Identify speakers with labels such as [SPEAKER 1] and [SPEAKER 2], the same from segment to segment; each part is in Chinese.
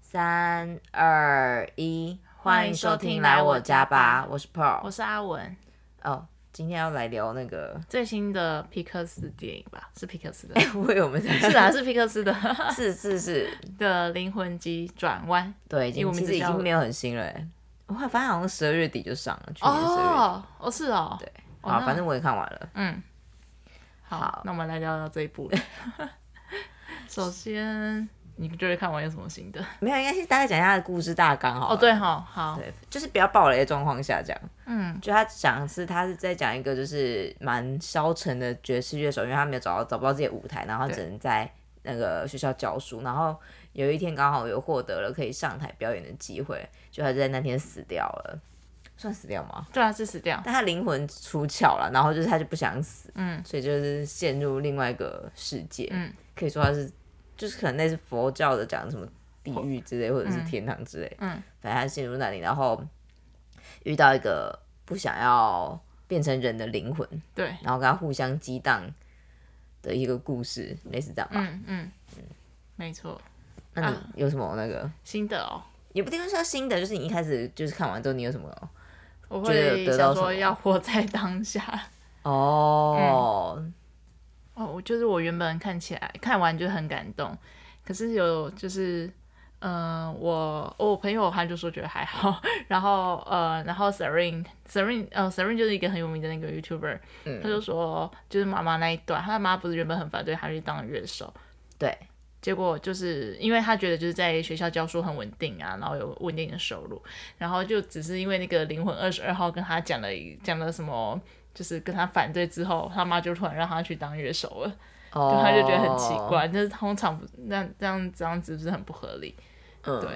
[SPEAKER 1] 三二一，欢
[SPEAKER 2] 欢
[SPEAKER 1] 迎
[SPEAKER 2] 迎
[SPEAKER 1] 收
[SPEAKER 2] 收
[SPEAKER 1] 听
[SPEAKER 2] 听
[SPEAKER 1] 来
[SPEAKER 2] 来
[SPEAKER 1] 我
[SPEAKER 2] 我
[SPEAKER 1] 家
[SPEAKER 2] 家
[SPEAKER 1] 吧
[SPEAKER 2] 吧，
[SPEAKER 1] 我是 Pearl
[SPEAKER 2] 我。是阿文。
[SPEAKER 1] 哦，今天要来聊那个，
[SPEAKER 2] 最新的皮克斯电影吧，是皮克斯的，
[SPEAKER 1] 我以为我们在
[SPEAKER 2] 是啊，是皮克斯的
[SPEAKER 1] 是是是，
[SPEAKER 2] 的《灵魂急转弯
[SPEAKER 1] 对，已
[SPEAKER 2] 因为
[SPEAKER 1] 经
[SPEAKER 2] 我们
[SPEAKER 1] 其实
[SPEAKER 2] 只
[SPEAKER 1] 已
[SPEAKER 2] 是要
[SPEAKER 1] 经没有很新了欸。我后来发现好像十二月底就上了，去》年十二月底。
[SPEAKER 2] 哦，哦是哦，
[SPEAKER 1] 对，
[SPEAKER 2] 哦
[SPEAKER 1] 好，
[SPEAKER 2] 那
[SPEAKER 1] 反正我也看完了。
[SPEAKER 2] 嗯，好，
[SPEAKER 1] 好
[SPEAKER 2] 那我们来聊聊这 一部。首先，你觉得看完有什么新的？
[SPEAKER 1] 没有，应该是大概讲一下它的故事大纲好了。
[SPEAKER 2] 哦，对哈，好，
[SPEAKER 1] 对，就是不要暴雷的状况下讲。
[SPEAKER 2] 嗯，
[SPEAKER 1] 就他讲的是，他是在讲一个就是蛮消沉的爵士乐手，因为他没有找到找不到自己的舞台，然后
[SPEAKER 2] 对
[SPEAKER 1] 只能在那个学校教书。然后有一天刚好有获得了可以上台表演的机会，就他就在那天死掉了，算死掉吗？
[SPEAKER 2] 对啊，是死掉，
[SPEAKER 1] 但他灵魂出窍了，然后就是他就不想死，
[SPEAKER 2] 嗯，
[SPEAKER 1] 所以就是陷入另外一个世界，
[SPEAKER 2] 嗯，
[SPEAKER 1] 可以说他是就是可能类似佛教的讲什么地狱之类，或者是天堂之类，
[SPEAKER 2] 嗯，
[SPEAKER 1] 反正他陷入那里，然后遇到一个不想要变成人的灵魂，
[SPEAKER 2] 对，
[SPEAKER 1] 然后跟他互相激荡的一个故事，类似这样吧。
[SPEAKER 2] 嗯嗯，没错，
[SPEAKER 1] 那你
[SPEAKER 2] 啊
[SPEAKER 1] 有什么那个？
[SPEAKER 2] 新的哦，
[SPEAKER 1] 也不一定说新的，就是你一开始就是看完之后，你有什么
[SPEAKER 2] 我
[SPEAKER 1] 觉得有
[SPEAKER 2] 会
[SPEAKER 1] 得到
[SPEAKER 2] 想
[SPEAKER 1] 什么
[SPEAKER 2] 说要活在当下。
[SPEAKER 1] 哦，
[SPEAKER 2] 嗯哦，我就是我原本看起来看完就很感动，可是有就是，呃，我我朋友他就说觉得还好， 然后呃，然后 Serene Serene 呃 Serene 就是一个很有名的那个 YouTuber，、
[SPEAKER 1] 嗯
[SPEAKER 2] 他就说就是妈妈那一段，他妈不是原本很反对他去当乐手，
[SPEAKER 1] 对，
[SPEAKER 2] 结果就是因为他觉得就是在学校教书很稳定啊，然后有稳定的收入，然后就只是因为那个灵魂二十二号跟他讲了一讲了什么，就是跟他反对之后，他妈就突然让他去当乐手了，就
[SPEAKER 1] 哦，
[SPEAKER 2] 他就觉得很奇怪，就是通常不那这样这样子不是很不合理？
[SPEAKER 1] 嗯
[SPEAKER 2] 对，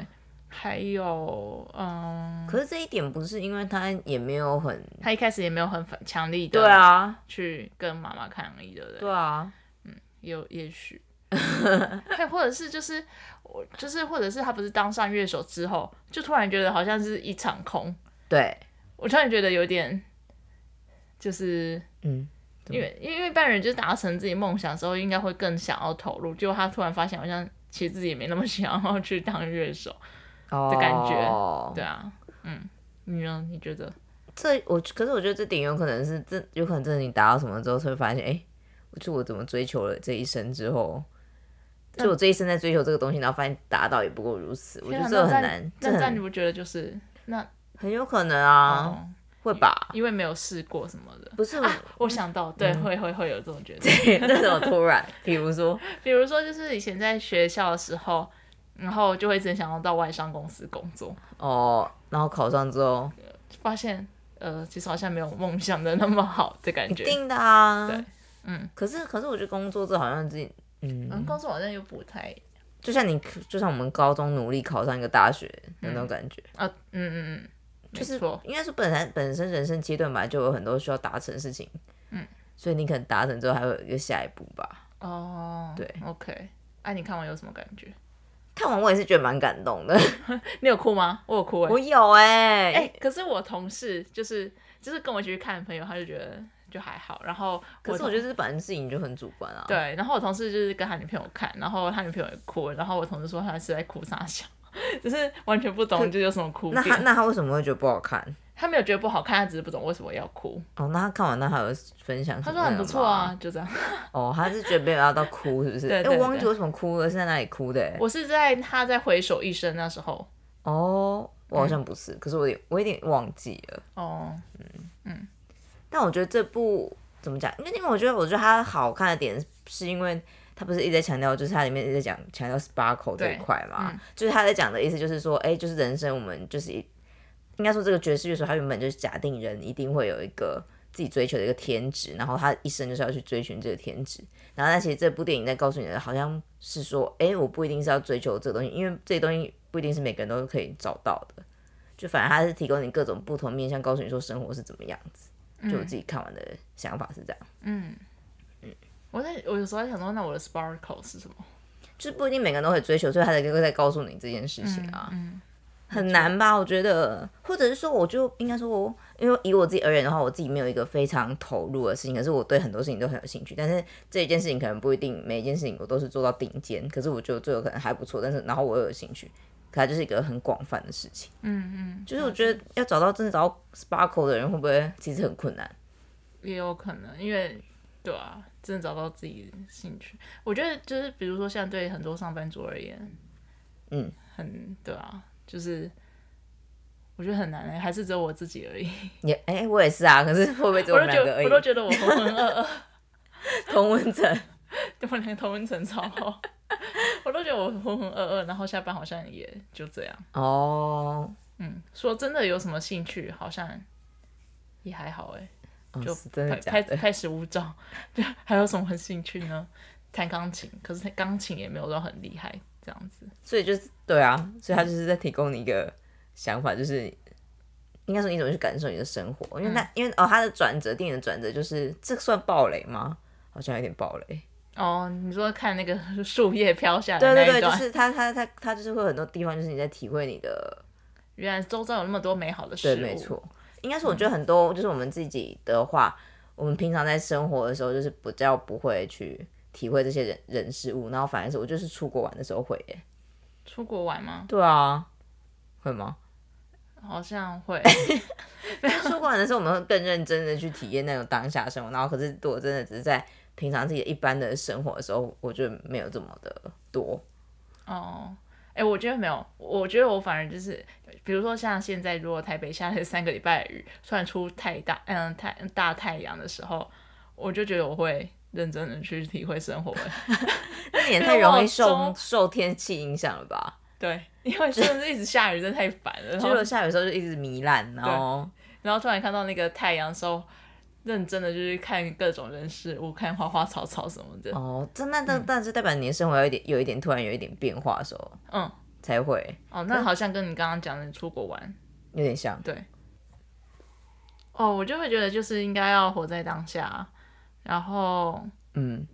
[SPEAKER 2] 还有嗯，
[SPEAKER 1] 可是这一点不是因为他也没有很
[SPEAKER 2] 他一开始也没有很反强力
[SPEAKER 1] 对
[SPEAKER 2] 的
[SPEAKER 1] 啊，
[SPEAKER 2] 去跟妈妈抗议，对不对？
[SPEAKER 1] 对啊，
[SPEAKER 2] 有也许， 还或者是就是我就是或者是他不是当上乐手之后，就突然觉得好像是一场空，
[SPEAKER 1] 对，
[SPEAKER 2] 我突然觉得有点，就是
[SPEAKER 1] 嗯，
[SPEAKER 2] 因为因为因为一般人就是达成自己梦想的时候，应该会更想要投入，结果他突然发现好像其实自己也没那么想要去当乐 手，
[SPEAKER 1] 哦
[SPEAKER 2] 感觉对啊，嗯，你呢？你觉得？
[SPEAKER 1] 这我可是我觉得这点有可能是这有可能真的你达到什么之后，才会发现，哎，我就我怎么追求了这一生之后。就我这一生在追求这个东西，然后发现达到也不过如此，我觉
[SPEAKER 2] 天啊
[SPEAKER 1] 得这很
[SPEAKER 2] 那在
[SPEAKER 1] 难，这
[SPEAKER 2] 那这样你
[SPEAKER 1] 很
[SPEAKER 2] 不觉得就是那
[SPEAKER 1] 很有可能啊，
[SPEAKER 2] 嗯
[SPEAKER 1] 会吧？
[SPEAKER 2] 因为没有试过什么的。
[SPEAKER 1] 不是
[SPEAKER 2] 我想到，对，
[SPEAKER 1] 嗯
[SPEAKER 2] 会会会有这种觉得。
[SPEAKER 1] 那种突然，比如说，
[SPEAKER 2] 比如说，就是以前在学校的时候，然后就会一直想要到外商公司工作，
[SPEAKER 1] 哦，然后考上之后，
[SPEAKER 2] 发现呃，其实好像没有梦想的那么好的感
[SPEAKER 1] 一
[SPEAKER 2] 觉。
[SPEAKER 1] 定的啊。
[SPEAKER 2] 对，嗯，
[SPEAKER 1] 可是可是我觉得工作这好像自己，嗯，
[SPEAKER 2] 嗯，工作好像又不太
[SPEAKER 1] 就像你，就像我们高中努力考上一个大学的那种感觉，
[SPEAKER 2] 啊，嗯嗯嗯，
[SPEAKER 1] 就是
[SPEAKER 2] 没错，
[SPEAKER 1] 应该说本来本身人生阶段本来就有很多需要达成的事情，
[SPEAKER 2] 嗯，
[SPEAKER 1] 所以你可能达成之后还会有一个下一步吧。
[SPEAKER 2] 哦，
[SPEAKER 1] 对
[SPEAKER 2] ，OK。哎、你看完有什么感觉？
[SPEAKER 1] 看完我也是觉得蛮感动的，
[SPEAKER 2] 你有哭吗？我有哭哎、
[SPEAKER 1] 我有哎、
[SPEAKER 2] 哎、可是我同事就是就是跟我一起去看的朋友，他就觉得就还好。然后
[SPEAKER 1] 可是我
[SPEAKER 2] 同
[SPEAKER 1] 觉得这本来事情就很主观啊，，
[SPEAKER 2] 对，然后我同事就是跟他女朋友看，然后他女朋友也哭，然后我同事说他是在哭傻笑，就是完全不懂就有什么哭
[SPEAKER 1] 那
[SPEAKER 2] 点。
[SPEAKER 1] 他那他为什么会觉得不好看？
[SPEAKER 2] 他没有觉得不好看，他只是不懂为什么要哭。
[SPEAKER 1] 哦，那他看完那他有分享
[SPEAKER 2] 他
[SPEAKER 1] 什么
[SPEAKER 2] 说很
[SPEAKER 1] 内容
[SPEAKER 2] 不错
[SPEAKER 1] 吗
[SPEAKER 2] 啊，就这样。
[SPEAKER 1] 哦，他是觉得没有要到哭，是不是？
[SPEAKER 2] 对
[SPEAKER 1] 哎
[SPEAKER 2] 对
[SPEAKER 1] 我忘记
[SPEAKER 2] 对
[SPEAKER 1] 我怎么哭了，是在哪里哭的、欸？
[SPEAKER 2] 我是在他在回首一生那时候，
[SPEAKER 1] 哦，我好像不是，可是我有点我有点忘记了。
[SPEAKER 2] 哦，
[SPEAKER 1] 但我觉得这部怎么讲？因为因为我觉得我觉得它好看的点是因为它不是一直在强调，就是它里面一直在讲强调 sparkle 这一
[SPEAKER 2] 对
[SPEAKER 1] 块嘛，
[SPEAKER 2] 嗯
[SPEAKER 1] 就是他在讲的意思就是说，哎、就是人生我们就是一应该说这个爵士乐手他原本就是假定人一定会有一个。自己追求的一个天职，然后他一生就是要去追寻这个天职。然后，但其实这部电影在告诉你的，好像是说，哎，我不一定是要追求这个东西，因为这个东西不一定是每个人都可以找到的。就反正他是提供你各种不同面向，告诉你说生活是怎么样子。就我
[SPEAKER 2] 嗯
[SPEAKER 1] 自己看完的想法是这样，
[SPEAKER 2] 我在我有时候在想说，那我的 sparkle 是什么？
[SPEAKER 1] 就是不一定每个人都会追求，所以他才在告诉你这件事情啊，
[SPEAKER 2] 嗯
[SPEAKER 1] 很难吧？我觉得，或者是说，我就应该说我，因为以我自己而言的话，我自己没有一个非常投入的事情，可是我对很多事情都很有兴趣，但是这一件事情可能不一定每一件事情我都是做到顶尖，可是我觉得最有可能还不错，但是然后我又有兴趣，可它就是一个很广泛的事情。
[SPEAKER 2] 嗯嗯，
[SPEAKER 1] 就是我觉得要找到真的找到 sparkle 的人，会不会其实很困难？
[SPEAKER 2] 也有可能，因为对啊，真的找到自己的兴趣，我觉得就是比如说像对很多上班族而言，
[SPEAKER 1] 嗯，
[SPEAKER 2] 很对啊，就是我觉得很难、欸，还是只有我自己而已。
[SPEAKER 1] 也哎、我也是啊，可是会不会只有
[SPEAKER 2] 我
[SPEAKER 1] 我
[SPEAKER 2] 都
[SPEAKER 1] 们
[SPEAKER 2] 觉
[SPEAKER 1] 两个
[SPEAKER 2] 得
[SPEAKER 1] 而
[SPEAKER 2] 我都
[SPEAKER 1] 已？
[SPEAKER 2] 觉得我浑浑噩噩，
[SPEAKER 1] 同温层，
[SPEAKER 2] 对我两个同温层超好， 我都觉得我浑浑噩噩，然后下班好像也就这样。
[SPEAKER 1] 哦，
[SPEAKER 2] 嗯，说真的有什么兴趣，好像也还好哎、
[SPEAKER 1] 哦
[SPEAKER 2] 就是
[SPEAKER 1] 真的假
[SPEAKER 2] 拍拍
[SPEAKER 1] 的？
[SPEAKER 2] 拍实物照，就还有什么兴趣呢？弹钢琴，可是钢琴也没有到很厉害，这样子。
[SPEAKER 1] 所以就是对啊，所以他就是在提供你一个想法，就是应该说你怎么去感受你的生活，因为那、
[SPEAKER 2] 嗯
[SPEAKER 1] 因为哦，他的转折，电影的转折就是这算暴雷吗？好像有点暴雷。
[SPEAKER 2] 哦，你说看那个 树叶飘下
[SPEAKER 1] 对
[SPEAKER 2] 来那
[SPEAKER 1] 对
[SPEAKER 2] 一段，
[SPEAKER 1] 对，就是他他他他就是会有很多地方，就是你在体会你的，
[SPEAKER 2] 原来周遭有那么多美好的事
[SPEAKER 1] 对，
[SPEAKER 2] 物。嗯
[SPEAKER 1] 没错。应该是我觉得很多就是我们自己的话，我们平常在生活的时候就是比较不会去体会这些人人事物，然后反而是我就是出国玩的时候会耶。
[SPEAKER 2] 出国玩吗？
[SPEAKER 1] 对啊，会吗？
[SPEAKER 2] 好像 会。
[SPEAKER 1] 出国玩的时候，我们会更认真的去体验那种当下生活。然后，可是如果真的只是在平常自己一般的生活的时候，我觉得没有这么的多。
[SPEAKER 2] 哦，哎、我觉得没有，我觉得我反而就是，比如说像现在，如果台北下了三个礼拜的雨，突然出太大，嗯，太大太阳的时候，我就觉得我会认真的去体会生活。哎
[SPEAKER 1] 那你也太容易
[SPEAKER 2] 因为 我
[SPEAKER 1] 受
[SPEAKER 2] 中
[SPEAKER 1] 受天气影响了吧？
[SPEAKER 2] 对，因为真的是一直下雨，真的太烦了。 然
[SPEAKER 1] 就
[SPEAKER 2] 后
[SPEAKER 1] 是我下雨的时候就一直糜烂，然后
[SPEAKER 2] 然后突然看到那个太阳的时候，认真的就是看各种人事物，看花花草草什么的。
[SPEAKER 1] 哦，真那但但是代表你的生活有一点有一点突然有一点变化的时候
[SPEAKER 2] 嗯，
[SPEAKER 1] 才会
[SPEAKER 2] 哦，那好像跟你刚刚讲的出国玩，
[SPEAKER 1] 有点像。
[SPEAKER 2] 对。哦，我就会觉得就是应该要活在当下，然后，
[SPEAKER 1] 嗯，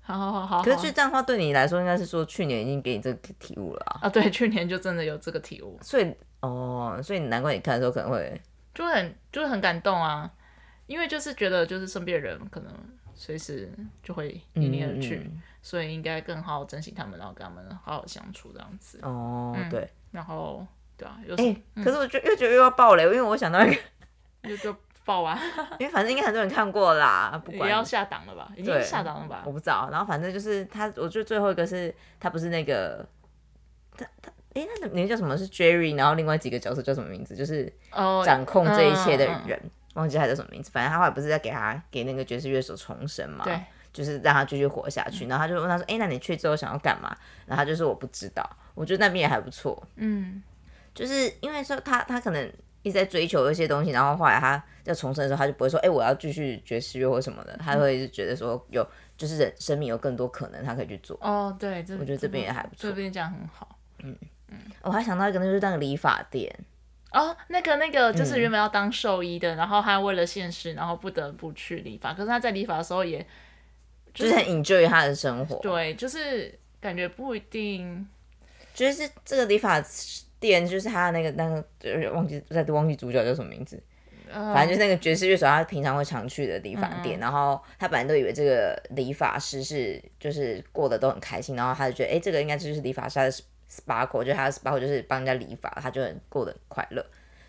[SPEAKER 2] 好好好哦好好，啊
[SPEAKER 1] 可是就这样的话，对你来说应该是说去年已经给你这个体悟了啊，
[SPEAKER 2] 啊，对，去年就真的有这个体悟，
[SPEAKER 1] 所以哦，所以难怪你看的时候可能会
[SPEAKER 2] 就很就是很感动啊，因为就是觉得就是身边的人可能随时就会离你而去，
[SPEAKER 1] 嗯
[SPEAKER 2] 所以应该更好好珍惜他们，然后跟他们好好相处这样子。
[SPEAKER 1] 哦，
[SPEAKER 2] 嗯
[SPEAKER 1] 对。
[SPEAKER 2] 然后，对啊，有什
[SPEAKER 1] 哎、
[SPEAKER 2] 么、
[SPEAKER 1] 可是我就越觉得又要爆雷，因为我想到一个，
[SPEAKER 2] 就就爆啊，
[SPEAKER 1] 因为反正应该很多人看过啦，不
[SPEAKER 2] 也
[SPEAKER 1] 管
[SPEAKER 2] 要下档了吧？已经
[SPEAKER 1] 对
[SPEAKER 2] 下档了吧
[SPEAKER 1] 我？不知道。然后反正就是他，我觉得最后一个是他不是那个他他哎、那那名叫什么是 Jerry，然后另外几个角色叫什么名字？就是
[SPEAKER 2] 哦，
[SPEAKER 1] 掌控这一切的
[SPEAKER 2] 嗯嗯
[SPEAKER 1] 人，忘记他叫什么名字。反正他后来不是在给他给那个爵士乐手重生嘛，
[SPEAKER 2] 对，嗯
[SPEAKER 1] 就是让他继续活下去。然后他就问他说：“哎、那你去之后想要干嘛？”然后他就说：“我不知道。”我觉得那边也还不错，
[SPEAKER 2] 嗯，
[SPEAKER 1] 就是因为说他他可能一直在追求一些东西，然后后来他在重生的时候，他就不会说，哎、我要继续爵士乐或什么的，他会是觉得说有就是人生命有更多可能，他可以去做。
[SPEAKER 2] 哦，对，这
[SPEAKER 1] 我觉得这边也还不错
[SPEAKER 2] 这边这样很好。
[SPEAKER 1] 我、还想到一个，那就是那个理发店，
[SPEAKER 2] 哦，那个那
[SPEAKER 1] 嗯
[SPEAKER 2] 个就是原本要当兽医的，然后他为了现实，然后不得不去理发。可是他在理发的时候也，
[SPEAKER 1] 就
[SPEAKER 2] 就是
[SPEAKER 1] 很 enjoy 他的生活。，
[SPEAKER 2] 对，就是感觉不一定，
[SPEAKER 1] 就是这个理发店，就是他那个那个呃忘记在忘记主角叫什么名字，
[SPEAKER 2] 呃、
[SPEAKER 1] 反正就是那个爵士乐手，他平常会常去的理发
[SPEAKER 2] 嗯
[SPEAKER 1] 店，然后他本来都以为这个理发师是就是过得都很开心，然后他就觉得，哎、这个应该就是理发师他的 sparkle，就是他的 sparkle 就是帮人家理发，他就很过得很快乐。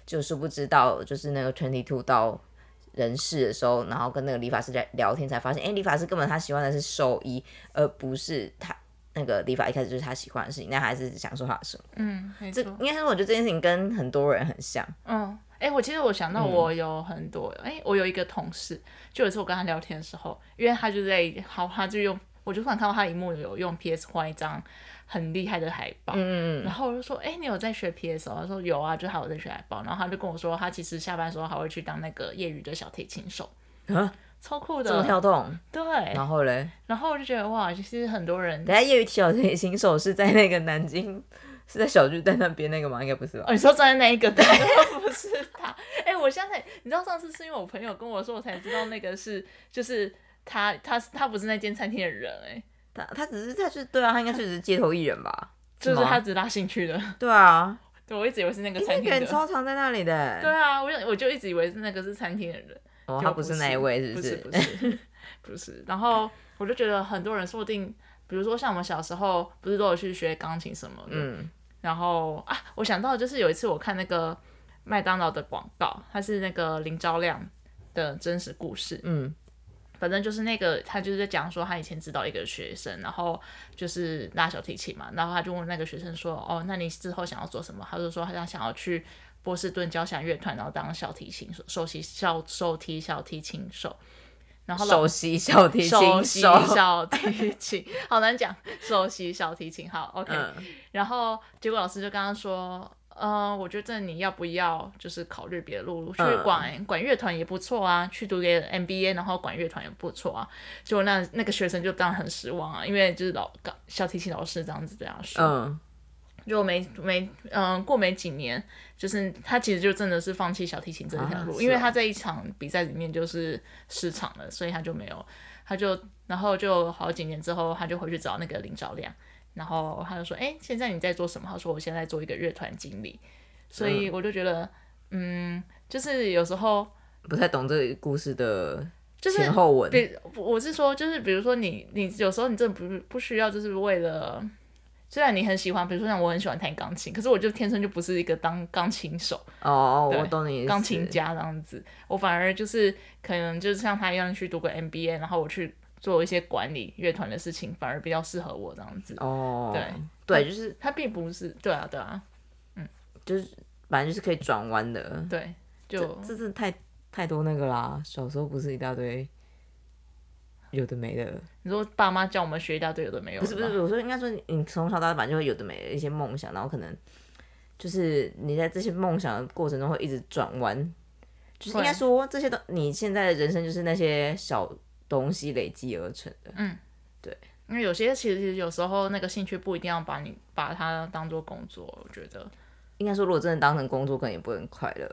[SPEAKER 1] 就殊不知道，就是那个 twenty two 到人事的时候，然后跟那个理发师在聊天，才发现，哎、理发师根本他喜欢的是兽医，而不是他那个理发一开始就是他喜欢的事情，那他还是享受他的生活。
[SPEAKER 2] 嗯，没
[SPEAKER 1] 这
[SPEAKER 2] 错，
[SPEAKER 1] 应该是我觉得这件事情跟很多人很像，
[SPEAKER 2] 嗯，哎、我其实我想到
[SPEAKER 1] 嗯
[SPEAKER 2] 我有很多，哎、我有一个同事，就有一次我跟他聊天的时候，因为他就在好，他就用，我就突然看到他荧幕有用 PS 画一张很厉害的海报，
[SPEAKER 1] 嗯，
[SPEAKER 2] 然后我就说，哎、你有在学 PS 哦？他说有啊，就还有在学海报，然后他就跟我说，他其实下班的时候还会去当那个业余的小提琴手，
[SPEAKER 1] 啊，
[SPEAKER 2] 超酷
[SPEAKER 1] 这么
[SPEAKER 2] 的，
[SPEAKER 1] 跳动，
[SPEAKER 2] 对，哎
[SPEAKER 1] 然后嘞。
[SPEAKER 2] 然后我就觉得哇，其实很多人。
[SPEAKER 1] 等下业余小提琴手是在那个南京， 是在小巨蛋那边那个吗？应该不是吧？
[SPEAKER 2] 哦，你说站在那一个对， 不是他。哎、我现在你知道上次是因为我朋友跟我说，我才知道那个是就是他，他他不是那间餐厅的人、哎，
[SPEAKER 1] 他他只是他就是对啊，他应该就只是街头艺人吧？
[SPEAKER 2] 就是
[SPEAKER 1] 吗
[SPEAKER 2] 他只拉兴趣的。
[SPEAKER 1] 对啊，
[SPEAKER 2] 对，我一直以为是那个
[SPEAKER 1] 欸那
[SPEAKER 2] 餐
[SPEAKER 1] 个
[SPEAKER 2] 厅
[SPEAKER 1] 人
[SPEAKER 2] 的。
[SPEAKER 1] 超常在那里的。
[SPEAKER 2] 对啊，我就我就一直以为是那个是餐厅的人，
[SPEAKER 1] 哦，
[SPEAKER 2] 就
[SPEAKER 1] 他不是那一位，是
[SPEAKER 2] 不
[SPEAKER 1] 是？
[SPEAKER 2] 不是不 是不是。然后我就觉得很多人说不定，比如说像我们小时候不是都有去学钢琴什么的，
[SPEAKER 1] 嗯，
[SPEAKER 2] 然后啊，我想到就是有一次我看那个麦当劳的广告，它是那个林昭亮的真实故事，
[SPEAKER 1] 嗯，
[SPEAKER 2] 反正就是那个他就是在讲说他以前指导一个学生，然后就是拉小提琴嘛，然后他就问那个学生说，哦，那你之后想要做什么？他就说他想要去波士顿交响乐团，然后当小提琴手，首席小手提小提琴手。然后老
[SPEAKER 1] 首席小提
[SPEAKER 2] 首
[SPEAKER 1] 琴
[SPEAKER 2] 席
[SPEAKER 1] 手，
[SPEAKER 2] 小提琴， 好难讲。首席小提琴，好，OK、
[SPEAKER 1] 嗯，
[SPEAKER 2] 然后结果老师就跟他说，嗯、我觉得你要不要就是考虑别的路路，去
[SPEAKER 1] 嗯
[SPEAKER 2] 管、管乐团也不错啊，去读个 MBA，然后管乐团也不错啊。结果那那个学生就当然很失望啊，因为就是老小提琴老师这样子这样说。
[SPEAKER 1] 嗯，
[SPEAKER 2] 就没没嗯、过没几年，就是他其实就真的是放弃小提琴这条路，
[SPEAKER 1] 啊是哦
[SPEAKER 2] 因为他在一场比赛里面就是失常了，所以他就没有，他就然后就好几年之后，他就回去找那个林兆亮，然后他就说：“哎、现在你在做什么？”他说：“我现在做一个乐团经理。”所以我就觉得，嗯，就是有时候
[SPEAKER 1] 不太懂这个故事的
[SPEAKER 2] 就是
[SPEAKER 1] 前后文，
[SPEAKER 2] 比我是说，就是比如说你，你有时候你真的不不需要，就是为了，虽然你很喜欢，比如说像我很喜欢弹钢琴，可是我就天生就不是一个当钢琴手、
[SPEAKER 1] 哦，
[SPEAKER 2] 对
[SPEAKER 1] 我懂你的意思
[SPEAKER 2] 钢琴，家这样子，我反而就是可能就是像他一样去读个 MBA，然后我去做一些管理乐团的事情，反而比较适合我这样子。
[SPEAKER 1] 哦，
[SPEAKER 2] 对
[SPEAKER 1] 对，就是
[SPEAKER 2] 他并不是，对啊，对啊，
[SPEAKER 1] 就是，反正就是可以转弯的，
[SPEAKER 2] 对，
[SPEAKER 1] 这
[SPEAKER 2] 就
[SPEAKER 1] 这是太太多那个啦，小时候不是一大堆有的没的，
[SPEAKER 2] 你说爸妈叫我们学一大堆有的没有
[SPEAKER 1] 不
[SPEAKER 2] 的
[SPEAKER 1] 是
[SPEAKER 2] 吗，
[SPEAKER 1] 不是，我说应该说你从小到大本来就会有的没的一些梦想，然后可能就是你在这些梦想的过程中会一直转弯，就是应该
[SPEAKER 2] 会
[SPEAKER 1] 说这些东你现在的人生就是那些小东西累积而成的，
[SPEAKER 2] 因为有些其实有时候那个兴趣不一定要把你把它当做工作，我觉得。
[SPEAKER 1] 应该说如果真的当成工作，可能也不会很快乐，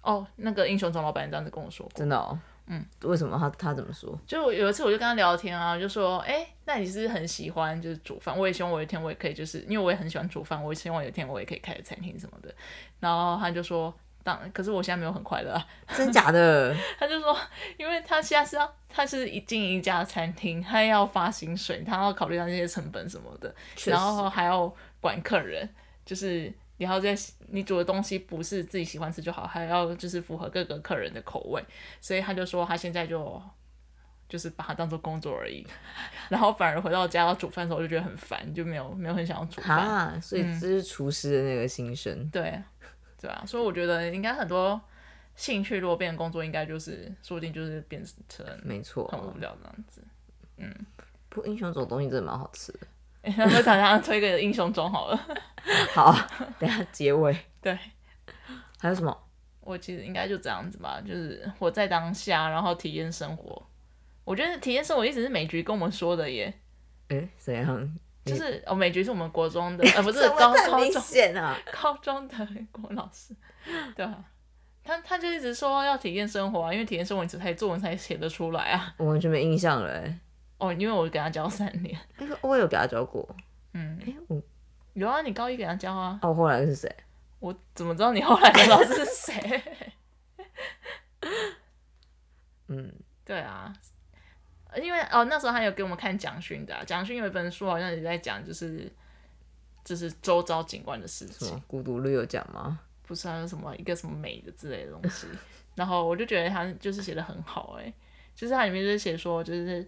[SPEAKER 2] 哦，那个英雄总老板这样子跟我说过，
[SPEAKER 1] 真的哦，
[SPEAKER 2] 嗯，
[SPEAKER 1] 为什么他他怎么说？
[SPEAKER 2] 就有一次我就跟他聊天啊，我就说，哎、那你是不是很喜欢就是煮饭，我也希望我有一天我也可以，就是因为我也很喜欢煮饭，我也希望有一天我也可以开餐厅什么的。然后他就说，当可是我现在没有很快乐、啊，
[SPEAKER 1] 真假的？
[SPEAKER 2] 他就说，因为他现在是要他是一经营一家餐厅，他要发薪水，他要考虑到那些成本什么的，
[SPEAKER 1] 确
[SPEAKER 2] 然
[SPEAKER 1] 实，
[SPEAKER 2] 后还要管客人，就是你还要在你煮的东西不是自己喜欢吃就好，还要就是符合各个客人的口味，所以他就说他现在就就是把它当做工作而已， 然后反而回到家要煮饭的时候就觉得很烦，就没有没有很想要煮饭，
[SPEAKER 1] 哈，所以
[SPEAKER 2] 嗯
[SPEAKER 1] 这是厨师的那个心声，
[SPEAKER 2] 对对啊，所以我觉得应该很多兴趣如果变成工作，应该就是说不定就是变成
[SPEAKER 1] 没错，
[SPEAKER 2] 很无聊这样子。
[SPEAKER 1] 不过英雄总东西真的蛮好吃的。
[SPEAKER 2] 那我常常推个英雄中好了，
[SPEAKER 1] 好，啊等一下结尾
[SPEAKER 2] 对。
[SPEAKER 1] 还有什么？
[SPEAKER 2] 我其实应该就这样子吧，就是活在当下，然后体验生活。我觉得体验生活一直是美菊跟我们说的耶，
[SPEAKER 1] 哎、怎样？
[SPEAKER 2] 就是哦，美菊是我们国中 的，呃，不是
[SPEAKER 1] 怎么
[SPEAKER 2] 高
[SPEAKER 1] 这么
[SPEAKER 2] 高
[SPEAKER 1] 明
[SPEAKER 2] 中
[SPEAKER 1] 显啊！
[SPEAKER 2] 高中的国文老师，对啊，他他就一直说要体验生活啊，因为体验生活你只才作文才写得出来啊。
[SPEAKER 1] 我完全没印象了、欸。
[SPEAKER 2] 哦，因为我给他教三年，
[SPEAKER 1] 那个我有给他教过。
[SPEAKER 2] 嗯，
[SPEAKER 1] 哎、我
[SPEAKER 2] 有啊，你高一给他教啊，
[SPEAKER 1] 哦，后来是谁？
[SPEAKER 2] 我怎么知道你后来的老师是谁？
[SPEAKER 1] 嗯，
[SPEAKER 2] 对啊，因为哦那时候他有给我们看蒋勋的啊、蒋勋有一本书好像也在讲就是就是周遭景观的事
[SPEAKER 1] 什
[SPEAKER 2] 情
[SPEAKER 1] 么，孤独绿有奖吗？
[SPEAKER 2] 不是还有什么一个什么美的之类的东西，然后我就觉得他就是写的很好哎、就是它里面就是写说就是。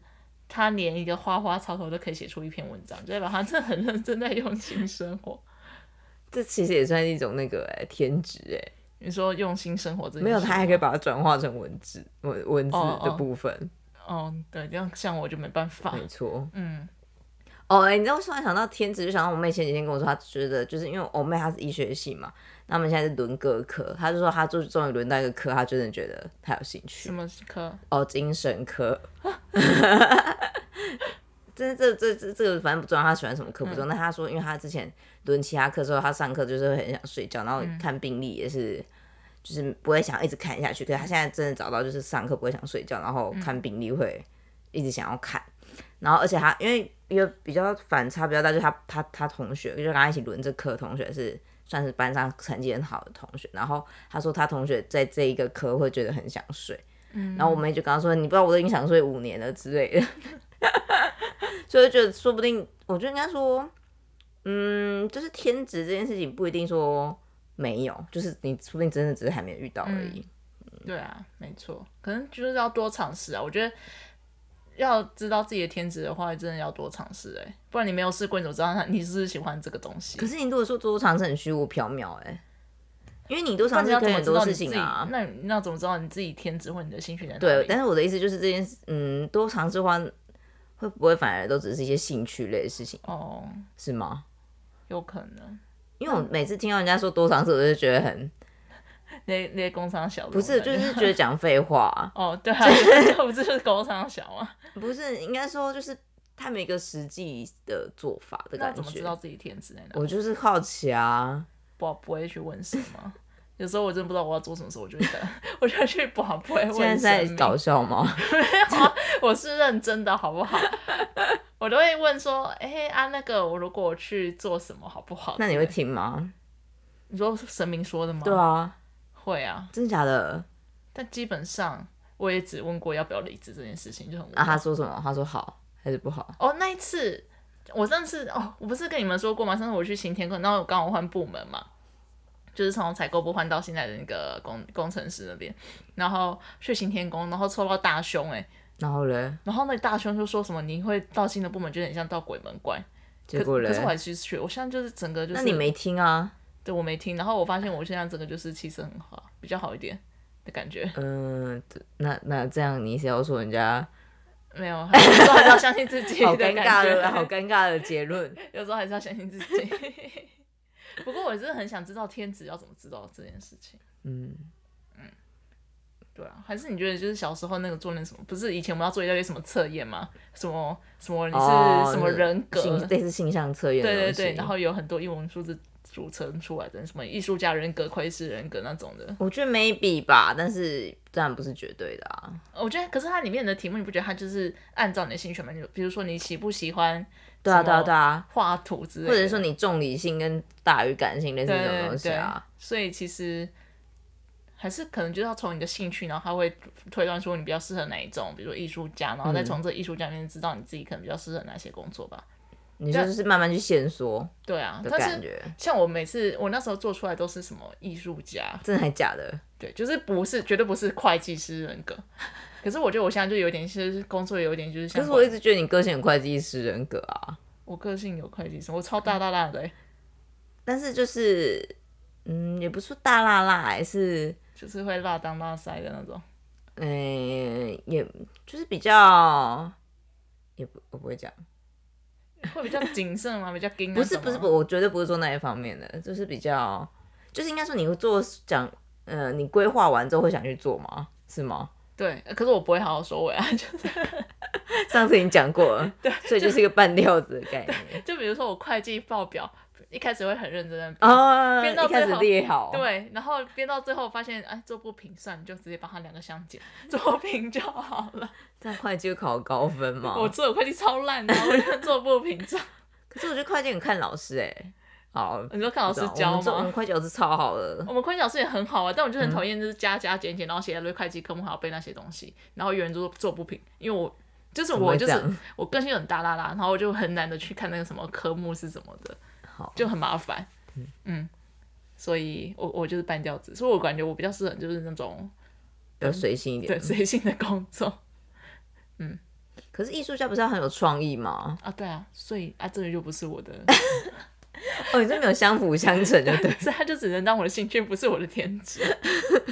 [SPEAKER 2] 他连一个花花草草都可以写出一篇文章，就代表他真的很认真在用心生活。
[SPEAKER 1] 这其实也算是一种那个哎、天职哎、
[SPEAKER 2] 你说用心生活这件事
[SPEAKER 1] 没有，他还可以
[SPEAKER 2] 吗
[SPEAKER 1] 把它转化成文字文文字
[SPEAKER 2] 哦哦
[SPEAKER 1] 的部分，
[SPEAKER 2] 哦，对，这样像我就没办法。
[SPEAKER 1] 没错。
[SPEAKER 2] 嗯，
[SPEAKER 1] 哦，哎、你知道我突然想到天职，就想到我妹前几天跟我说，她觉得就是因为我妹她是医学系嘛，那我们现在是轮各科，她就说她就终于轮到一个科，她真的觉得她有兴趣
[SPEAKER 2] 什。么科？
[SPEAKER 1] 哦，精神科。这这这这这个反正不重要，他喜欢什么科不重要。但他说，因为他之前轮其他课之后，他上课就是会很想睡觉，然后看病历也是，就是不会想要一直看下去。可是他现在真的找到，就是上课不会想睡觉，然后看病历会一直想要看。然后而且他因为一个比较反差比较大，就是他他他同学，就跟他一起轮这课的同学是算是班上成绩很好的同学。然后他说他同学在这一个科会觉得很想睡，然后
[SPEAKER 2] 嗯
[SPEAKER 1] 我妹就跟他说：“你不知道我都已经想睡五 年了之类的。”所以我就觉得说不定，我觉得应该说，嗯，就是天职这件事情不一定说没有，就是你说不定真的只是还没有遇到而
[SPEAKER 2] 嗯
[SPEAKER 1] 已。嗯
[SPEAKER 2] 对啊，没错，可能就是要多尝试啊。我觉得要知道自己的天职的话，真的要多尝试哎，不然你没有试过，你怎么知道他你是不是喜欢这个东西？
[SPEAKER 1] 可是你如果说多多尝试很虚无缥缈，哎，因为你多
[SPEAKER 2] 那
[SPEAKER 1] 尝
[SPEAKER 2] 你
[SPEAKER 1] 试
[SPEAKER 2] 要
[SPEAKER 1] 可
[SPEAKER 2] 怎
[SPEAKER 1] 以
[SPEAKER 2] 么
[SPEAKER 1] 很
[SPEAKER 2] 知
[SPEAKER 1] 多
[SPEAKER 2] 道你
[SPEAKER 1] 事
[SPEAKER 2] 自己？
[SPEAKER 1] 情啊。
[SPEAKER 2] 那你那怎么知道你自己天职或你的兴趣在哪里？
[SPEAKER 1] 对，但是我的意思就是这件事，嗯，多尝试的话，会不会反而都只是一些兴趣类的事情，
[SPEAKER 2] 哦，
[SPEAKER 1] 是吗？
[SPEAKER 2] 有可能
[SPEAKER 1] 因为
[SPEAKER 2] 嗯
[SPEAKER 1] 我每次听到人家说多尝试，我就觉得很
[SPEAKER 2] 那那些工商小的
[SPEAKER 1] 不是，
[SPEAKER 2] 我感
[SPEAKER 1] 就
[SPEAKER 2] 觉，
[SPEAKER 1] 是觉得讲废话
[SPEAKER 2] 哦，对啊， 这不就是工商小啊吗？
[SPEAKER 1] 不是应该说就是他们一个实际的做法的
[SPEAKER 2] 那
[SPEAKER 1] 感
[SPEAKER 2] 怎么知
[SPEAKER 1] 觉。
[SPEAKER 2] 道自己天职在哪？
[SPEAKER 1] 我就是好奇啊，
[SPEAKER 2] 不不会去问什么。有时候我真的不知道我要做什么时候，我就会等， 我就会去不不会
[SPEAKER 1] 现在
[SPEAKER 2] 问
[SPEAKER 1] 是
[SPEAKER 2] 神
[SPEAKER 1] 在
[SPEAKER 2] 明。
[SPEAKER 1] 搞笑 吗？
[SPEAKER 2] 我是认真的，好不好？ 我都会问说，哎、啊，那个我如果去做什么好不好？
[SPEAKER 1] 那你会听吗？
[SPEAKER 2] 你说神明说的吗？
[SPEAKER 1] 对，啊，
[SPEAKER 2] 会啊。
[SPEAKER 1] 真的假的？
[SPEAKER 2] 但基本上我也只问过要不要离职这件事情，就很无聊
[SPEAKER 1] 啊，他说什么？他说好还是不好？
[SPEAKER 2] 哦，那一次我上次哦，我不是跟你们说过吗？上次我去行天课，然后我刚好换部门嘛，就是从采购部换到现在的那个工工程师那边，然后去行天宫，然后抽到大胸哎、
[SPEAKER 1] 然后嘞，
[SPEAKER 2] 然后那大胸就说什么你会到新的部门，就很像到鬼门关。
[SPEAKER 1] 结果
[SPEAKER 2] 可
[SPEAKER 1] 嘞
[SPEAKER 2] 可是，我还是去，我现在就是整个就是
[SPEAKER 1] 那你没听啊？
[SPEAKER 2] 对我没听，然后我发现我现在整个就是气色很好，比较好一点的感觉。
[SPEAKER 1] 嗯，那那这样你是要说人 家
[SPEAKER 2] 没有，还是还是要相信自己
[SPEAKER 1] 好
[SPEAKER 2] 的
[SPEAKER 1] 尴
[SPEAKER 2] 感觉。
[SPEAKER 1] 尬的， 好尴尬的结论。
[SPEAKER 2] 有时候还是要相信自己。 不过我真的很想知道天职要怎么知道这件事情。
[SPEAKER 1] 嗯，
[SPEAKER 2] 对啊，还是你觉得就是小时候那个做那什么，不是以前我们要做一大堆什么测验吗？什么什 么你是
[SPEAKER 1] 哦
[SPEAKER 2] 什么人格？
[SPEAKER 1] 性类似性向测验的
[SPEAKER 2] 对
[SPEAKER 1] 东
[SPEAKER 2] 对
[SPEAKER 1] 西，
[SPEAKER 2] 对，然后有很多英文数字组成出来的，什么艺术家人格、窥视人格那种的。
[SPEAKER 1] 我觉得 maybe 吧，但是当然不是绝对的啊。
[SPEAKER 2] 我觉得，可是它里面的题目，你不觉得它就是按照你的兴趣吗？你比如说你喜不喜欢
[SPEAKER 1] 对啊，
[SPEAKER 2] 什
[SPEAKER 1] 对啊，
[SPEAKER 2] 么
[SPEAKER 1] 对啊，
[SPEAKER 2] 画图之类
[SPEAKER 1] 或
[SPEAKER 2] 的，
[SPEAKER 1] 者是说你重理性跟大于感性类似
[SPEAKER 2] 对
[SPEAKER 1] 这种
[SPEAKER 2] 对
[SPEAKER 1] 东西
[SPEAKER 2] 对
[SPEAKER 1] 啊。，
[SPEAKER 2] 所以其实还是可能就是要从你的兴趣，然后他会推断出你比较适合哪一种，比如说艺术家，然后再从这艺术家里面知道你自己可能比较适合哪些工作吧。
[SPEAKER 1] 你说就是慢慢去线索
[SPEAKER 2] 对啊，
[SPEAKER 1] 的
[SPEAKER 2] 但
[SPEAKER 1] 感
[SPEAKER 2] 是
[SPEAKER 1] 觉，
[SPEAKER 2] 像我每次我那时候做出来都是什么艺术家，
[SPEAKER 1] 真的还假的？
[SPEAKER 2] 对，就是不是绝对不是会计师人格。 可是我觉得我现在就有点是工作有点就是像
[SPEAKER 1] 可是我一直觉得你个性很会计师人格啊，
[SPEAKER 2] 我个性有会计师，我超大大大的欸、
[SPEAKER 1] 但是就是嗯，也不是说大辣辣，还是
[SPEAKER 2] 就是会辣当辣塞的那种。
[SPEAKER 1] 嗯、也就是比较。也不，我不会讲，
[SPEAKER 2] 会比较谨慎吗？比较盯？
[SPEAKER 1] 不是不是不，我绝对不是做那一方面的，就是比较，就是应该说你会做讲，呃，你规划完之后会想去做吗？是吗？
[SPEAKER 2] 对，可是我不会好好收尾啊，就是
[SPEAKER 1] 上次已经讲过 了，所以就是一个半吊子的概念
[SPEAKER 2] 就比如说我会计报表，一开始会很认真的编，
[SPEAKER 1] 哦，
[SPEAKER 2] 编到
[SPEAKER 1] 一开始
[SPEAKER 2] 最后
[SPEAKER 1] 列好，，
[SPEAKER 2] 对，然后编到最后发现，哎，做不平算，了，就直接把它两个相减，做平就好了。
[SPEAKER 1] 但会计会考高分嘛？
[SPEAKER 2] 我做的会计超烂的，我就做不平账。
[SPEAKER 1] 可是我觉得会计很看老师哎、好，
[SPEAKER 2] 你说看老
[SPEAKER 1] 老
[SPEAKER 2] 师教
[SPEAKER 1] 我们
[SPEAKER 2] 吗？哦
[SPEAKER 1] 会计老师超好的，
[SPEAKER 2] 我们会计老师也很好啊，但我
[SPEAKER 1] 嗯
[SPEAKER 2] 就很讨厌就是加加减减，然后写一堆会计科目，还要背那些东西，然后有人就做不平，因为我就是
[SPEAKER 1] 怎么
[SPEAKER 2] 我
[SPEAKER 1] 会
[SPEAKER 2] 就
[SPEAKER 1] 这
[SPEAKER 2] 是
[SPEAKER 1] 样
[SPEAKER 2] 我个性很大啦啦，然后我就很难的去看那个什么科目是什么的，
[SPEAKER 1] 好
[SPEAKER 2] 就很麻烦。嗯，所以我我就是半吊子，所以我感觉我比较适合就是那种
[SPEAKER 1] 要随性一
[SPEAKER 2] 对
[SPEAKER 1] 点。
[SPEAKER 2] 随性的工作
[SPEAKER 1] 可是艺术家不是要很有创意吗？
[SPEAKER 2] 啊，对啊，所以啊，这个就不是我的，。
[SPEAKER 1] 哦，你这没有相辅相成就对
[SPEAKER 2] 所以他就只能当我的兴趣，不是我的天职。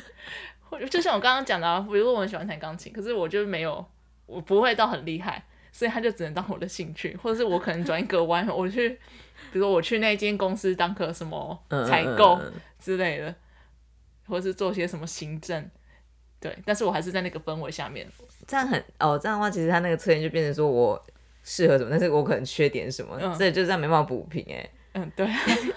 [SPEAKER 2] 或就像我刚刚讲的、啊，比如说我很喜欢弹钢琴，可是我就没有，我不会到很厉害，所以他就只能当我的兴趣，或者是我可能转一个弯， 我去，比如说我去那间公司当个什么
[SPEAKER 1] 嗯
[SPEAKER 2] 采购，
[SPEAKER 1] 嗯嗯嗯
[SPEAKER 2] 之类的，或是做些什么行政，对，但是我还是在那个氛围下面，
[SPEAKER 1] 这样很哦，这样的话，其实他那个测验就变成说我适合什么，但是我可能缺点什么，
[SPEAKER 2] 嗯
[SPEAKER 1] 这就这样没办法补平哎、
[SPEAKER 2] 嗯，对，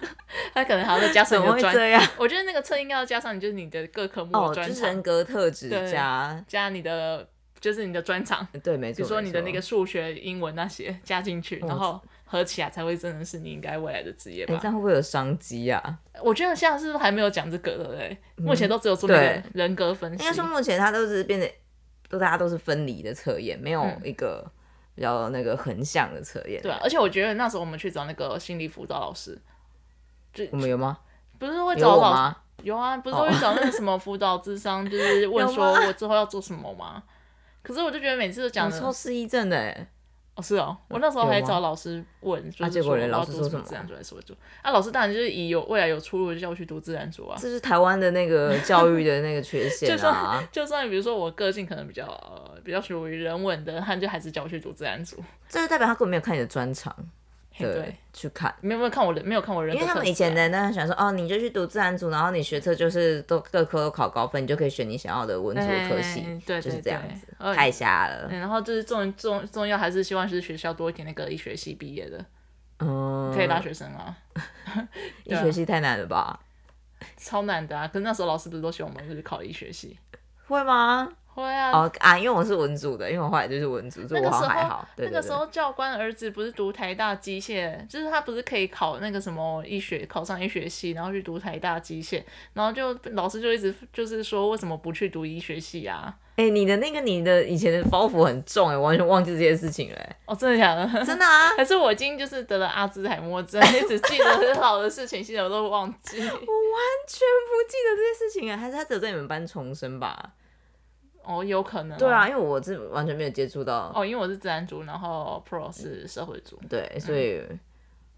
[SPEAKER 2] 他可能还要再加
[SPEAKER 1] 怎
[SPEAKER 2] 上你
[SPEAKER 1] 么
[SPEAKER 2] 的
[SPEAKER 1] 会
[SPEAKER 2] 专，
[SPEAKER 1] 这样？
[SPEAKER 2] 我觉得那个测应该要加上你就是你的各科目
[SPEAKER 1] 哦，
[SPEAKER 2] 的
[SPEAKER 1] 就
[SPEAKER 2] 专
[SPEAKER 1] 是
[SPEAKER 2] 长，
[SPEAKER 1] 人格特质
[SPEAKER 2] 对
[SPEAKER 1] 加
[SPEAKER 2] 加你的就是你的专长，
[SPEAKER 1] 对，没错，
[SPEAKER 2] 比如说你的
[SPEAKER 1] 没
[SPEAKER 2] 那
[SPEAKER 1] 错
[SPEAKER 2] 个数学、英文那些加进去，
[SPEAKER 1] 嗯
[SPEAKER 2] 然后合起来才会真的是你应该未来的职业
[SPEAKER 1] 哎、
[SPEAKER 2] 吧
[SPEAKER 1] 这。样会不会有商机啊？
[SPEAKER 2] 我觉得像是还没有讲这个的嘞，目前都只有做那个
[SPEAKER 1] 嗯对
[SPEAKER 2] 人格分析
[SPEAKER 1] 应该，说目前它都是变得，都大家都是分离的测验，没有
[SPEAKER 2] 嗯
[SPEAKER 1] 一个比较那个横向的测验。
[SPEAKER 2] 对啊，而且我觉得那时候我们去找那个心理辅导老师，就
[SPEAKER 1] 我们有吗？
[SPEAKER 2] 不是会
[SPEAKER 1] 嗯有
[SPEAKER 2] 找
[SPEAKER 1] 我
[SPEAKER 2] 老
[SPEAKER 1] 吗？哦
[SPEAKER 2] 有啊，不是都会找那 个什么辅导智商，就是问说我之后要做什么吗？可是我就觉得每次都讲
[SPEAKER 1] 我
[SPEAKER 2] 的
[SPEAKER 1] 抽哦失忆症的欸，
[SPEAKER 2] 哦是哦，我那时候
[SPEAKER 1] 有
[SPEAKER 2] 还
[SPEAKER 1] 吗
[SPEAKER 2] 找老师问，就
[SPEAKER 1] 啊
[SPEAKER 2] 是
[SPEAKER 1] 结
[SPEAKER 2] 说
[SPEAKER 1] 果
[SPEAKER 2] 我
[SPEAKER 1] 嘞老
[SPEAKER 2] 要
[SPEAKER 1] 师
[SPEAKER 2] 读
[SPEAKER 1] 说
[SPEAKER 2] 什么
[SPEAKER 1] 什
[SPEAKER 2] 自
[SPEAKER 1] 么
[SPEAKER 2] 然组还是什么组啊？老师当然就是以有未来有出路就叫我去读自然组啊
[SPEAKER 1] 这。是台湾的那个教育的那个缺
[SPEAKER 2] 就
[SPEAKER 1] 陷啊
[SPEAKER 2] 算。就算比如说我个性可能比较呃比较属于人文的，他就还是叫我去读自然组。
[SPEAKER 1] 这就代表他根本没有看你的专长，
[SPEAKER 2] 嘿
[SPEAKER 1] 对，
[SPEAKER 2] 对，
[SPEAKER 1] 去看。
[SPEAKER 2] 没有没有看我的没有看我人
[SPEAKER 1] 因为
[SPEAKER 2] 格特质
[SPEAKER 1] 他
[SPEAKER 2] 啊、
[SPEAKER 1] 们以前的那想说，哦，你就去读自然组，然后你学测就是都各科都考高分，你就可以选你想要的文组科系，
[SPEAKER 2] 哎对对
[SPEAKER 1] 就是这样子
[SPEAKER 2] 对，呃
[SPEAKER 1] 太瞎了。
[SPEAKER 2] 嗯，然后就是重重重要还是希望是学校多一点那个医学系毕业的
[SPEAKER 1] 嗯，
[SPEAKER 2] 可以啊大学生啊，
[SPEAKER 1] 医学系太难了吧？
[SPEAKER 2] 超难的啊！可是那时候老师不是都希望我们去考医学系？
[SPEAKER 1] 会吗？
[SPEAKER 2] 会啊，
[SPEAKER 1] 哦啊，因为我是文组的，因为我后来就是文组，所
[SPEAKER 2] 那
[SPEAKER 1] 以我
[SPEAKER 2] 个
[SPEAKER 1] 好
[SPEAKER 2] 时
[SPEAKER 1] 像
[SPEAKER 2] 候
[SPEAKER 1] 还好。对
[SPEAKER 2] 那
[SPEAKER 1] 对
[SPEAKER 2] 个时
[SPEAKER 1] 对，
[SPEAKER 2] 候教官儿子不是读台大机械，就是他不是可以考那个什么医学，考上医学系，然后去读台大机械，然后就老师就一直就是说为什么不去读医学系啊？
[SPEAKER 1] 哎、你的那个你的以前的包袱很重哎、我完全忘记这件事情了、哎
[SPEAKER 2] 哦，真的假的？
[SPEAKER 1] 真的啊，
[SPEAKER 2] 可是我已经就是得了阿兹海默 症，一直记得很好的事情，现在我都忘 记。
[SPEAKER 1] 我完全不记得这件事情哎、还是他只有在你们班重生吧？
[SPEAKER 2] 哦，有可能、
[SPEAKER 1] 对，啊，因为我是完全没有接触到，
[SPEAKER 2] 哦，因为我是自然组，然后 Pro 是社会组，
[SPEAKER 1] 对，所以。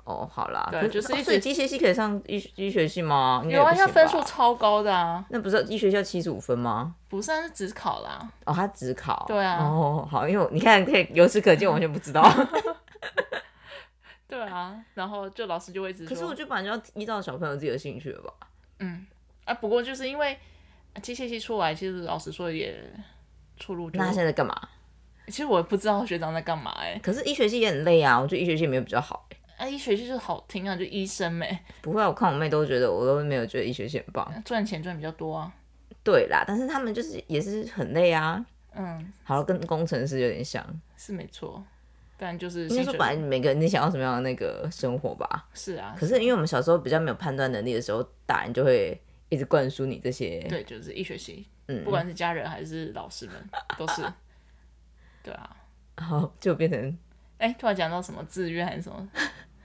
[SPEAKER 1] 哦，好啦，
[SPEAKER 2] 嗯对
[SPEAKER 1] 可
[SPEAKER 2] 就是
[SPEAKER 1] 哦
[SPEAKER 2] 一
[SPEAKER 1] 所以机
[SPEAKER 2] 直
[SPEAKER 1] 械系可以上医医学系吗？应该
[SPEAKER 2] 有啊，
[SPEAKER 1] 也不
[SPEAKER 2] 他
[SPEAKER 1] 行
[SPEAKER 2] 分数
[SPEAKER 1] 吧
[SPEAKER 2] 超高的啊，
[SPEAKER 1] 那不是医学校七十五分吗？
[SPEAKER 2] 不算是只考啦。
[SPEAKER 1] 哦，他只考。
[SPEAKER 2] 对啊
[SPEAKER 1] 哦，好，因为我你看，可以由此可见，我完全不 知道。
[SPEAKER 2] 对啊，然后就老师就会一直说，
[SPEAKER 1] 可是我觉得本来就要依照小朋友自己的兴趣了吧。
[SPEAKER 2] 嗯，啊，不过就是因为机械系出来，其实老实说也出路就
[SPEAKER 1] 那他现在在干嘛？
[SPEAKER 2] 其实我也不知道学长在干嘛哎、
[SPEAKER 1] 可是医学系也很累啊，我觉得医学系没有比较好、欸。
[SPEAKER 2] 啊，医学系就是好听啊，就医生呗、
[SPEAKER 1] 不会啊，我看我妹都觉得，我都没有觉得医学系很棒。
[SPEAKER 2] 赚钱赚比较多啊。
[SPEAKER 1] 对啦，但是他们就是也是很累啊。
[SPEAKER 2] 嗯，
[SPEAKER 1] 好了，跟工程师有点像，
[SPEAKER 2] 是没错，但就
[SPEAKER 1] 应
[SPEAKER 2] 是
[SPEAKER 1] 该
[SPEAKER 2] 薪
[SPEAKER 1] 说
[SPEAKER 2] 水
[SPEAKER 1] 本来每个人你想要什么样的那个生活吧。
[SPEAKER 2] 是啊，
[SPEAKER 1] 可是因为我们小时候比较没有判断能力的时候，大人就会一直灌输你这些。
[SPEAKER 2] 对，就是医学系，
[SPEAKER 1] 嗯
[SPEAKER 2] 不管是家人还是老师们，都是。对啊，
[SPEAKER 1] 好，就变成
[SPEAKER 2] 哎、突然讲到什么志愿还是什么，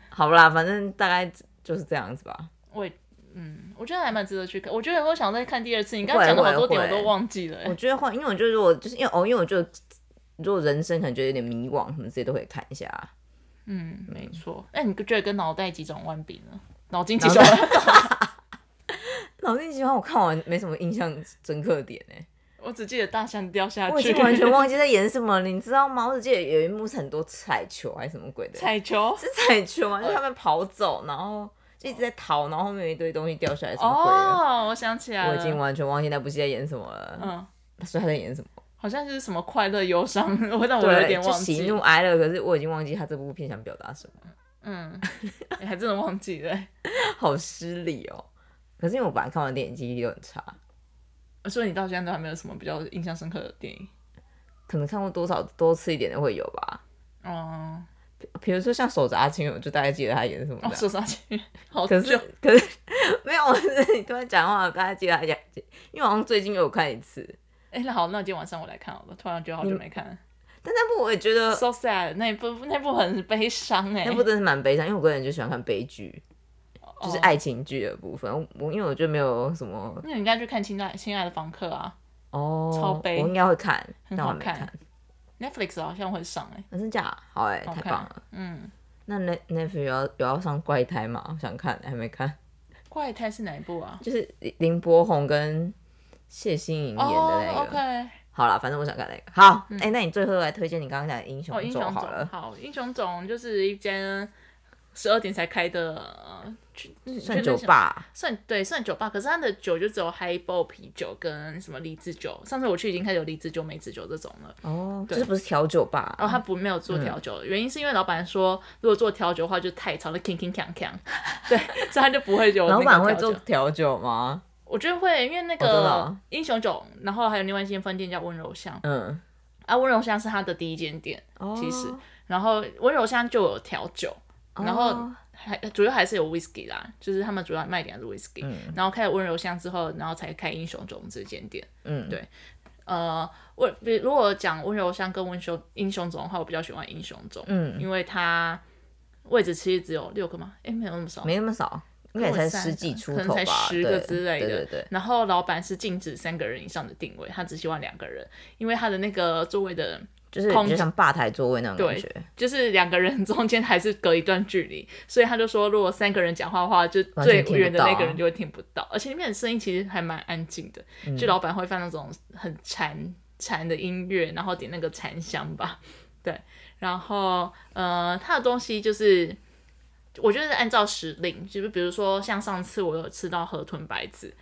[SPEAKER 1] 好啦，反正大概就是这样子吧。
[SPEAKER 2] 我也嗯，我觉得还蛮值得去看。我觉得我想再看第二次。你刚
[SPEAKER 1] 会
[SPEAKER 2] 刚讲的好
[SPEAKER 1] 会
[SPEAKER 2] 多点我
[SPEAKER 1] 会
[SPEAKER 2] 都忘记了、哎
[SPEAKER 1] 我觉得换，因为我觉得如果就是因为哦，因为我觉得如果人生可能觉得有点迷惘什么这些都可以看一下。啊
[SPEAKER 2] 嗯，没错。那你觉得跟脑袋急转弯比呢？脑筋急
[SPEAKER 1] 脑
[SPEAKER 2] 转
[SPEAKER 1] 袋
[SPEAKER 2] 弯，
[SPEAKER 1] 脑筋急转弯我看完没什么印象深刻点呢、
[SPEAKER 2] 我只记得大象掉下
[SPEAKER 1] 我已
[SPEAKER 2] 去，
[SPEAKER 1] 经完全忘记在演什么了，你知道吗？我只记得有一幕是很多彩球还是什么鬼的，
[SPEAKER 2] 彩呃球。
[SPEAKER 1] 是彩球吗？就是他们跑走，然后就一直在逃，然后后面有一堆东西掉下来，什么鬼的。
[SPEAKER 2] 哦，我想起来
[SPEAKER 1] 我
[SPEAKER 2] 了，
[SPEAKER 1] 已经完全忘记那部戏在演什么了，
[SPEAKER 2] 嗯，
[SPEAKER 1] 所以他在演什么？
[SPEAKER 2] 好像是什么快乐忧伤， 我让我有
[SPEAKER 1] 对，
[SPEAKER 2] 点
[SPEAKER 1] 就
[SPEAKER 2] 忘
[SPEAKER 1] 喜
[SPEAKER 2] 记
[SPEAKER 1] 怒。哀乐，可是我已经忘记他这部片想表达什么。
[SPEAKER 2] 嗯，哎还真的忘记了。哎
[SPEAKER 1] 好失礼哦。可是因为我本来看完电影记忆力就很差，
[SPEAKER 2] 所以你到现在都还没有什么比较印象深刻的电影？
[SPEAKER 1] 可能看过多少多次一点的会有吧。
[SPEAKER 2] 哦，
[SPEAKER 1] 比如说像手札情人，我就大概记得他演什么的。
[SPEAKER 2] 哦，
[SPEAKER 1] 啊
[SPEAKER 2] 射杀去， 好
[SPEAKER 1] 可是
[SPEAKER 2] 久。
[SPEAKER 1] 可是没有，我是你突然讲话，我大概记得他演，因为好像最近有看一次，
[SPEAKER 2] 哎，那好，那今天晚上我来看好了。突然觉得好久没看
[SPEAKER 1] 但那部我也觉得
[SPEAKER 2] ，so sad。那一部那部很悲伤哎
[SPEAKER 1] 呃那，部真的是蛮悲伤，因为我个人就喜欢看悲剧，就是
[SPEAKER 2] 哦。
[SPEAKER 1] 爱情剧的部分。我因为我觉得没有什么
[SPEAKER 2] 那你应该去看《亲爱亲爱的房客》啊
[SPEAKER 1] 哦，
[SPEAKER 2] 超悲
[SPEAKER 1] 我应该会看，
[SPEAKER 2] 很
[SPEAKER 1] 但我还
[SPEAKER 2] 好
[SPEAKER 1] 没
[SPEAKER 2] 看
[SPEAKER 1] 看。
[SPEAKER 2] ，Netflix 好像会上哎。
[SPEAKER 1] 啊真假？好哎、
[SPEAKER 2] 好
[SPEAKER 1] 太
[SPEAKER 2] 看
[SPEAKER 1] 棒了。
[SPEAKER 2] 嗯，
[SPEAKER 1] 那那那部有要有要上怪胎吗？我想看，还没看。
[SPEAKER 2] 怪胎是哪一部啊？
[SPEAKER 1] 就是林林柏宏跟谢欣颖演的那个。
[SPEAKER 2] o k
[SPEAKER 1] 好啦，反正我想看那个。好，哎、那你最后来推荐你刚刚讲的英
[SPEAKER 2] 嗯哦，
[SPEAKER 1] 雄
[SPEAKER 2] 英
[SPEAKER 1] 咒
[SPEAKER 2] 雄种
[SPEAKER 1] 好了，
[SPEAKER 2] 好，英雄种就是一间十二点才开的，呃去
[SPEAKER 1] 算酒，吧。
[SPEAKER 2] 算对，算酒吧。可是它的酒就只有 highball 啤酒跟什么梨子酒。上次我去已经开始有梨子酒、梅子酒这种了。
[SPEAKER 1] 哦，就是不是调酒吧？
[SPEAKER 2] 然后他不没有做
[SPEAKER 1] 嗯
[SPEAKER 2] 调酒，原因是因为老板说，如果做调酒的话就太吵了，king king king king，对， 所以他就不会有那
[SPEAKER 1] 老
[SPEAKER 2] 个
[SPEAKER 1] 板会
[SPEAKER 2] 调酒
[SPEAKER 1] 做调酒吗？
[SPEAKER 2] 我觉得会，因为那
[SPEAKER 1] 哦真的
[SPEAKER 2] 个
[SPEAKER 1] 哦
[SPEAKER 2] 英雄酒，然后还有另外一间分店叫温柔乡，
[SPEAKER 1] 嗯，
[SPEAKER 2] 啊，温柔乡是他的第一间店，
[SPEAKER 1] 哦
[SPEAKER 2] 其实，然后温柔乡就有调酒，然后
[SPEAKER 1] 哦
[SPEAKER 2] 还呃主要还是有 whisky 啦，就是他们主
[SPEAKER 1] 嗯
[SPEAKER 2] 要卖点还是 whisky，、然后开了温柔乡之后，然后才开英雄种这间店，
[SPEAKER 1] 嗯，
[SPEAKER 2] 对呃，我比如果讲温柔乡跟温雄英雄种的话，我比较喜欢英雄种，
[SPEAKER 1] 嗯，
[SPEAKER 2] 因为它位置其实只有六个嘛，诶，没有那么少，
[SPEAKER 1] 没那么少，应该
[SPEAKER 2] 跟我
[SPEAKER 1] 才
[SPEAKER 2] 三
[SPEAKER 1] 十
[SPEAKER 2] 个
[SPEAKER 1] 几出
[SPEAKER 2] 可能
[SPEAKER 1] 头
[SPEAKER 2] 才
[SPEAKER 1] 吧，
[SPEAKER 2] 十
[SPEAKER 1] 对
[SPEAKER 2] 个之类的。
[SPEAKER 1] 对对对，
[SPEAKER 2] 然后老板是禁止三个人以上的定位，他只希望两个人，因为他的那个座位的，
[SPEAKER 1] 就是
[SPEAKER 2] 空
[SPEAKER 1] 就像吧台座位那种感
[SPEAKER 2] 对
[SPEAKER 1] 觉，
[SPEAKER 2] 就是两个人中间还是隔一段距离，所以他就说，如果三个人讲话的话，就
[SPEAKER 1] 完
[SPEAKER 2] 最
[SPEAKER 1] 全听
[SPEAKER 2] 远
[SPEAKER 1] 不
[SPEAKER 2] 的
[SPEAKER 1] 到啊
[SPEAKER 2] 那个人就会听不到，而且里面的声音其实还蛮安静的，
[SPEAKER 1] 嗯
[SPEAKER 2] 就老板会放那种很蝉蝉的音乐，然后点那个蝉香吧， 对，然后呃，他的东西就是。我觉得是按照时令，就是比如说像上次我有吃到河豚白子，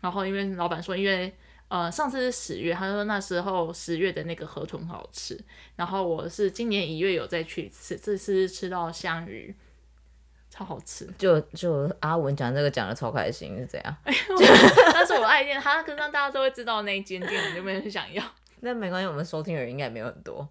[SPEAKER 2] 然后因为老板说，因为呃上次是十月，他说那时候十月的那个河豚很好吃，然后我是今年一月有再去一次，这次是吃到香鱼，超好吃。
[SPEAKER 1] 就就阿文讲这个讲的超开心是怎样？
[SPEAKER 2] 但是我爱店，它可是让大家都会知道那一间店，我就没有很想要，
[SPEAKER 1] 那没关系，我们收听的人应该也没有很多，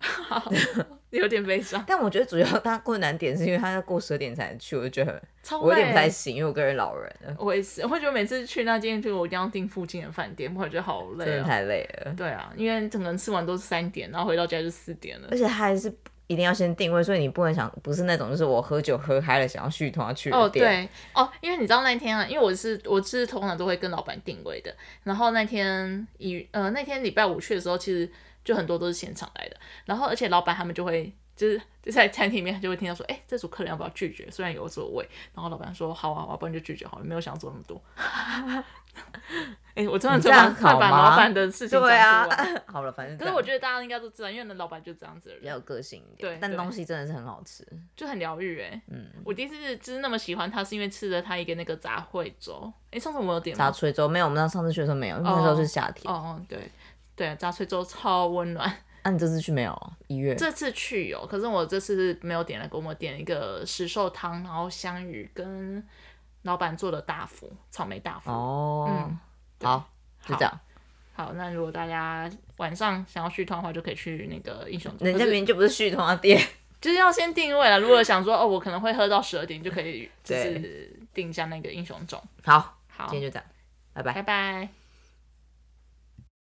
[SPEAKER 2] 有点悲伤，
[SPEAKER 1] 但我觉得主要它困难点是因为它要过十二点才能去，我就觉得很
[SPEAKER 2] 超
[SPEAKER 1] 我有点不太
[SPEAKER 2] 累。哦
[SPEAKER 1] 行，因为我个人老人了，
[SPEAKER 2] 我也是，我觉得每次去那间就我一定要订附近的饭店，不然我觉得好
[SPEAKER 1] 真
[SPEAKER 2] 累
[SPEAKER 1] 的
[SPEAKER 2] 啊。
[SPEAKER 1] 太累了，
[SPEAKER 2] 对啊，因为整个人吃完都是三点，然后回到家就四点了
[SPEAKER 1] 而。且它还是一定要先定位，所以你不能想不是那种就是我喝酒喝嗨了想要续通要去的
[SPEAKER 2] 哦，
[SPEAKER 1] 店，
[SPEAKER 2] 对哦，因为你知道那天啊，因为我是我是通常都会跟老板定位的，然后那天一呃那天礼拜五去的时候，其实就很多都是现场来的，然后而且老板他们就会就是就在餐厅里面就会听到说，哎、这组客人要不要拒绝？虽然有座位，然后老板说好啊，好啊，不然就拒绝好了，没有想做那么 多。哎、我真的
[SPEAKER 1] 你
[SPEAKER 2] 就
[SPEAKER 1] 这
[SPEAKER 2] 把
[SPEAKER 1] 样
[SPEAKER 2] 快
[SPEAKER 1] 好
[SPEAKER 2] 把
[SPEAKER 1] 吗
[SPEAKER 2] 老板的事情讲出
[SPEAKER 1] 对 啊
[SPEAKER 2] 来。，
[SPEAKER 1] 好了，反正
[SPEAKER 2] 可是我
[SPEAKER 1] 得
[SPEAKER 2] 觉得大家应该都知道，因为那老板就这样子的
[SPEAKER 1] 比较
[SPEAKER 2] 人，
[SPEAKER 1] 有个性一点
[SPEAKER 2] 对，
[SPEAKER 1] 但
[SPEAKER 2] 对
[SPEAKER 1] 东西真的是很好吃，
[SPEAKER 2] 就很疗愈哎。
[SPEAKER 1] 嗯，
[SPEAKER 2] 我第一次就是那么喜欢他，是因为吃了他一个那个杂烩粥。哎、上次我们有点吗
[SPEAKER 1] 炸炊粥没有，我们上次去的时候没有，因为那时候是夏天，
[SPEAKER 2] 哦，对对，杂炊粥超温暖。
[SPEAKER 1] 那、你这次去没有？一月
[SPEAKER 2] 这次去有，可是我这次是没有点那个，我点一个石寿汤，然后香鱼跟老板做的大福，草莓大福。
[SPEAKER 1] 哦，
[SPEAKER 2] 嗯
[SPEAKER 1] 好，就这样。
[SPEAKER 2] 好，那如果大家晚上想要续团的话，就可以去那个英雄族，
[SPEAKER 1] 人家明
[SPEAKER 2] 可是
[SPEAKER 1] 明就不是续通的啊店，
[SPEAKER 2] 就是要先定位了。如果想说哦，我可能会喝到十二点，就可以就
[SPEAKER 1] 对
[SPEAKER 2] 是定一下那个英雄种。
[SPEAKER 1] 好，
[SPEAKER 2] 好
[SPEAKER 1] 今，天就这样，拜拜。
[SPEAKER 2] 拜拜。